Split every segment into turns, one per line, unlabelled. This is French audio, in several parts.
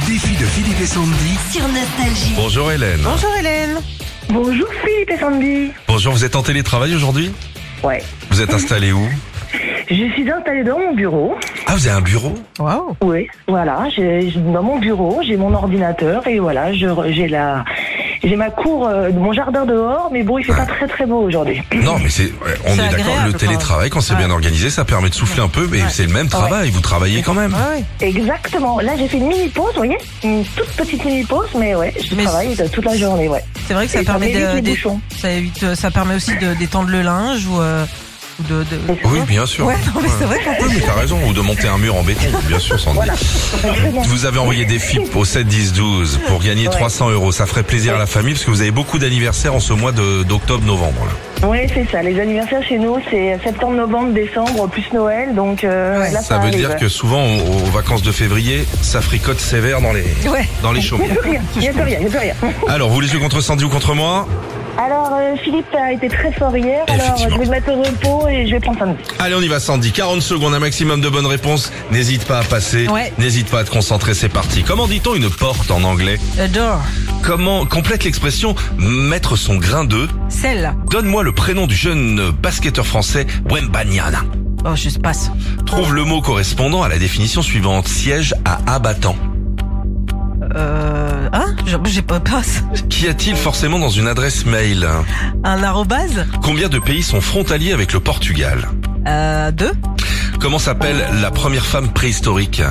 Philippe et Sandy.
sur Nostalgie.
Bonjour Hélène.
Bonjour Hélène.
Bonjour Philippe et Sandy.
Bonjour, vous êtes en télétravail aujourd'hui
Ouais.
Vous êtes installé où
Je suis installée dans mon bureau.
Ah, vous avez un bureau
Waouh.
Oui. Voilà, j'ai- j'ai- dans mon bureau, j'ai mon ordinateur et voilà, je re- j'ai la j'ai ma cour, euh, mon jardin dehors, mais bon, il fait pas très très beau aujourd'hui.
Non, mais c'est, ouais, on
C'est
est d'accord,
agréable,
le télétravail, quand c'est
Ouais.
bien organisé, ça permet de souffler un peu, mais
Ouais.
c'est le même travail, vous travaillez quand même.
Ouais.
Exactement. Là, j'ai fait une mini pause, vous voyez, une toute petite mini pause, mais ouais, je
Mais
travaille de- toute la journée, ouais.
C'est vrai que ça
Et ça
permet
m'évite
de,
les
de-
bouchons.
ça évite, euh, ça permet aussi de détendre le linge ou euh, ou de, de-
Oui, bien sûr.
Ouais, non, mais c'est vrai
Oui, mais t'as raison, ou de monter un mur en béton, bien sûr, Sandy.
Très bien.
Vous avez envoyé des FIP au 7 10 12 pour gagner 300 euros. Ça ferait plaisir à la famille parce que vous avez beaucoup d'anniversaires en ce mois de, d'octobre-novembre. là.
Ouais, c'est ça. Les anniversaires chez nous, c'est septembre, novembre, décembre, plus Noël, donc euh, là,
Ça veut
arrive.
dire que souvent aux, aux vacances de février, ça fricote sévère dans les
que ouais.
dans les
Il n'y a
chaumières.
plus rien, il n'y a plus rien, il n'y a plus rien.
Alors, vous les yeux contre Sandy ou contre moi
Alors, euh, Philippe a été très fort hier, alors euh,
Effectivement.
je vais le mettre au repos et je vais prendre samedi.
Allez, on y va Sandy. 40 secondes, un maximum de bonnes réponses. N'hésite pas à passer.
Ouais.
N'hésite pas à te concentrer, c'est parti. Comment dit-on une porte en anglais
Adore.
Comment complète l'expression mettre son grain d'œuf
Celle.
Donne-moi le prénom du jeune basketteur français Wembanyama.
Oh, je passe.
Trouve le mot correspondant à la définition suivante. Siège à abattant.
Euh, hein J'ai- J'ai pas passe.
Qu'y a-t-il forcément dans une adresse mail
Un arrobase.
Combien de pays sont frontaliers avec le Portugal
Euh, deux.
Comment s'appelle la première femme préhistorique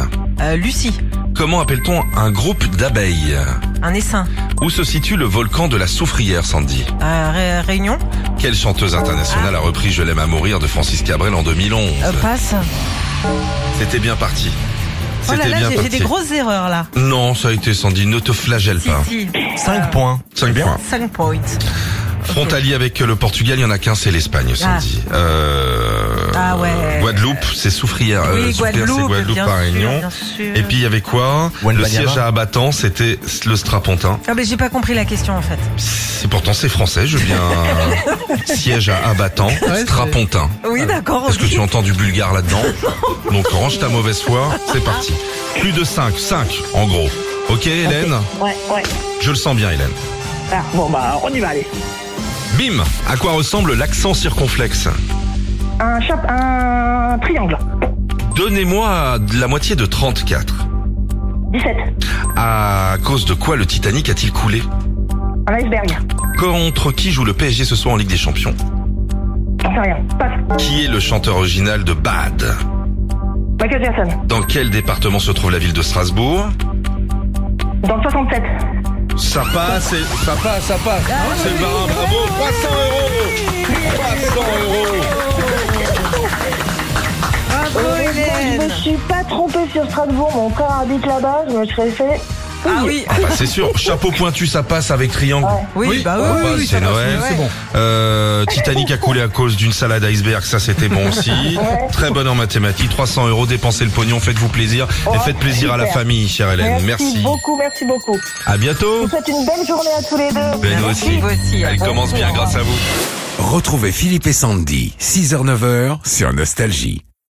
Euh, Lucie.
Comment appelle-t-on un groupe d'abeilles
Un essaim.
Où se situe le volcan de la Soufrière, Sandy
Euh, Ré- Réunion.
Quelle chanteuse internationale a repris Je l'aime à mourir de Francis Cabrel en 2011
Euh, passe.
C'était bien parti.
Oh là
C'était
là,
bien
j'ai j'ai
parti.
des grosses erreurs là.
Non, ça a été Sandy, ne te flagelle pas.
Si, si.
5 points. 5 points.
5 points.
Frontalier avec le Portugal, il y en a qu'un, c'est l'Espagne, Sandy. Euh,
Ah ouais.
Guadeloupe, c'est Soufrière. Euh,
Oui,
Soufrière,
Guadeloupe,
c'est Guadeloupe
bien
par
sûr,
Réunion.
bien sûr.
Et puis il y avait quoi Le
Wenbanyama.
siège à abattant, c'était le Strapontin.
Ah mais j'ai pas compris la question en fait.
C'est pourtant c'est français, je viens. euh, siège à abattant,
c'est-
Strapontin.
Oui, d'accord.
Euh, Est-ce que
ok.
tu entends du bulgare là-dedans Donc range ta mauvaise foi, c'est parti. Plus de 5, 5 en gros. Ok Hélène
Ouais, ouais.
Je le sens bien Hélène.
Ah, bon, bah, on y va, allez.
Bim À quoi ressemble l'accent circonflexe
Un chape, un triangle.
Donnez-moi de la moitié de 34.
17.
À cause de quoi le Titanic a-t-il coulé
Un iceberg.
Contre qui joue le PSG ce soir en Ligue des Champions
J'en sais rien. Passe.
Qui est le chanteur original de Bad
Michael Jackson.
Dans quel département se trouve la ville de Strasbourg
Dans le 67.
Ça passe, et- ça passe, ça passe.
Ah
C'est Barin, bravo, 300 euros 300 euros
Bravo,
Je
Ah, Hélène.
me suis pas trompée sur Strasbourg. Mon frère habite là-bas. Je me serais fait.
Ah oui.
Ah bah, C'est sûr, chapeau pointu, ça passe avec triangle.
Oui, bah
ça
oui, oui,
passe,
oui,
c'est
ça passe,
Noël.
c'est bon.
Euh, Titanic a coulé à cause d'une salade iceberg, ça c'était bon aussi. Très bonne en mathématiques, 300 euros, dépensez le pognon, faites-vous plaisir et
Oh,
faites plaisir à la
super.
famille, chère Hélène. Merci.
beaucoup, merci beaucoup.
À
Je
bientôt.
vous souhaite une belle journée à tous les deux.
Ben, nous aussi.
Vous aussi,
Elle
hein.
commence bien grâce à vous.
Retrouvez Philippe et Sandy, 6h-9h sur Nostalgie.